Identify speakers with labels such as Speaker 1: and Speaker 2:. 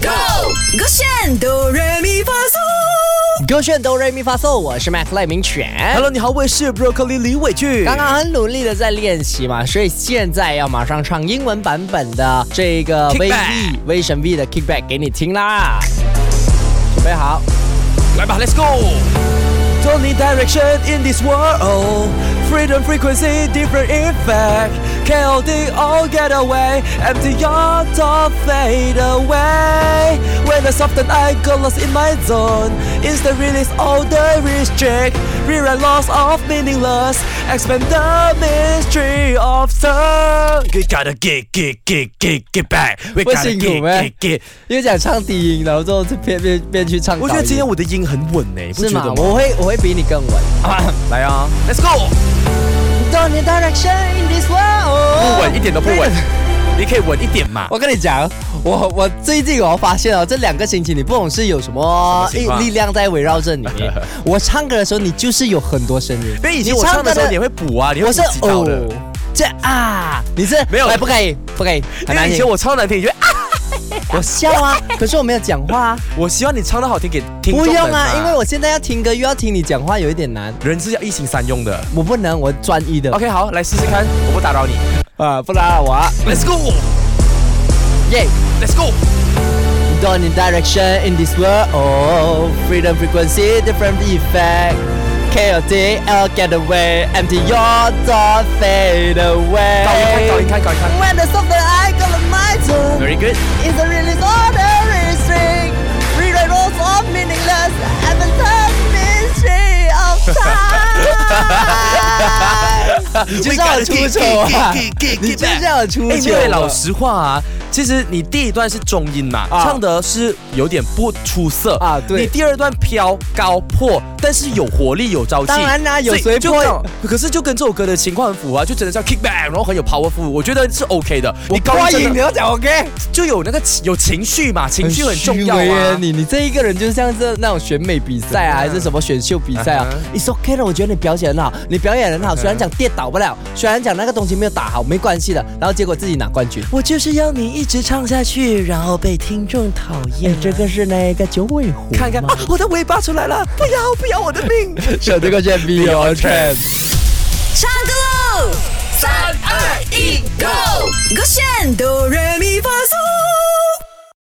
Speaker 1: Go！我选哆来咪发嗦，
Speaker 2: 勾选哆瑞咪发嗦，我是 Max 赖明全。
Speaker 3: Hello，你好，我是 Broccoli 李伟俊。
Speaker 2: 刚刚很努力的在练习嘛，所以现在要马上唱英文版本的这个 V E
Speaker 3: Kickback
Speaker 2: 威神 V 的 Kickback 给你听啦。准备好，
Speaker 3: 来吧，Let's go。Tony direction in this world. Freedom frequency, different effect. Chaotic, all get away. Empty your top, fade away. When I soften, I got lost in my zone. Instant release, all the restrict. Rewrite loss of meaningless. Expand the mystery of turn. You gotta get, get, get, get, get back. We
Speaker 2: 不
Speaker 3: gotta
Speaker 2: 辛苦
Speaker 3: get,
Speaker 2: 咩
Speaker 3: get, get.？
Speaker 2: 又想唱低音，然后之后就偏偏偏去唱高
Speaker 3: 我
Speaker 2: 音。
Speaker 3: 觉得今天我的音很稳诶、不
Speaker 2: 是
Speaker 3: 觉
Speaker 2: 吗
Speaker 3: 得？吗？
Speaker 2: 我会我会比你更稳。
Speaker 3: 来啊，Let's go。
Speaker 2: Tony direction in this world
Speaker 3: 不稳一点都不稳，你可以稳一点嘛。
Speaker 2: 我跟你讲，我我最近我发现哦，这两个星期你不懂是有什么
Speaker 3: 什么情况
Speaker 2: 力量在围绕 着你。我唱歌的时候，你就是有很多声音。
Speaker 3: 因为以前我唱的时候你会补啊，你会
Speaker 2: 我
Speaker 3: 补
Speaker 2: 是
Speaker 3: 几道
Speaker 2: 哦
Speaker 3: 的。，
Speaker 2: 这啊，你是
Speaker 3: 没有
Speaker 2: 哎，不可以，不可以，
Speaker 3: 因
Speaker 2: 很难
Speaker 3: 为以
Speaker 2: 听
Speaker 3: 前。我唱难听，你觉得啊？
Speaker 2: 我笑啊，可是我没有讲话啊。
Speaker 3: 我希望你唱的好听给 听众
Speaker 2: 不
Speaker 3: 们
Speaker 2: 用
Speaker 3: 嘛
Speaker 2: 啊，因为我现在要听歌，又要听你讲话，有一点难。
Speaker 3: 人是要一心三用的。
Speaker 2: 我不能，我专一的。
Speaker 3: OK，好，来试试看，我不打扰你。
Speaker 2: 啊，不打扰我啊。
Speaker 3: Let's go，Let's
Speaker 2: 耶、
Speaker 3: go。
Speaker 2: Don't in direction in this world. Oh, freedom frequency, different effect. Chaotic, I'll get away. Empty your door, fade
Speaker 3: 搞一看，搞一
Speaker 2: away.
Speaker 3: 看，搞一看。
Speaker 2: When the soft I got a night zone
Speaker 3: Very good。
Speaker 2: is a release on every string. Rewrite rules of meaningless and the time mystery of time. 你就是要我出丑啊！你就是要我出
Speaker 3: 哎，
Speaker 2: 丑
Speaker 3: 因为
Speaker 2: 啊。
Speaker 3: 老实话啊，其实你第一段是中音嘛，
Speaker 2: 啊
Speaker 3: 唱的是有点不出色
Speaker 2: 啊对
Speaker 3: 你第二段飘高破，但是有活力有朝气。
Speaker 2: 当然啦有
Speaker 3: 所以
Speaker 2: 随
Speaker 3: 就
Speaker 2: 波
Speaker 3: 刚好可是就跟这首歌的情况很符合啊，就真的叫 kick back，然后很有 powerful，我觉得是 OK 的。你高音真的
Speaker 2: 要讲 OK。
Speaker 3: 就有那个情有情绪嘛，情绪很重要
Speaker 2: 虚伪耶
Speaker 3: 啊。
Speaker 2: 你你这一个人就像是那种选美比赛啊，还是什么选秀比赛啊、
Speaker 3: 嗯
Speaker 2: i t s OK 的，我觉得你表演很好，你表演很好，虽然讲跌倒不了，虽然讲那个东西没有打好，没关系的，然后结果自己拿冠 军。
Speaker 3: 我就是要你一直唱下去，然后被听众讨厌啊。
Speaker 2: 哎个是那个九尾狐
Speaker 3: 看看啊，我的尾巴出来了，不要不要我的命。
Speaker 2: 选啊这个选 B O Trend。
Speaker 1: 唱歌喽！三二一，Go！我选哆来咪发嗦。